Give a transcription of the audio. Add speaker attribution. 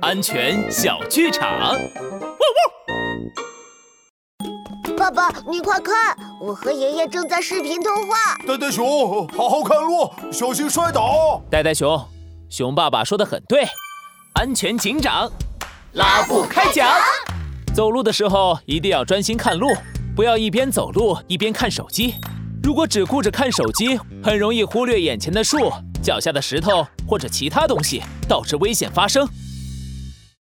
Speaker 1: 安全小剧场。
Speaker 2: 爸爸，你快看，我和爷爷正在视频通话。
Speaker 3: 呆呆熊，好好看路，小心摔倒。
Speaker 1: 呆呆熊，熊爸爸说的很对，安全警长，拉布开讲。走路的时候一定要专心看路，不要一边走路一边看手机。如果只顾着看手机，很容易忽略眼前的树、脚下的石头或者其他东西，导致危险发生。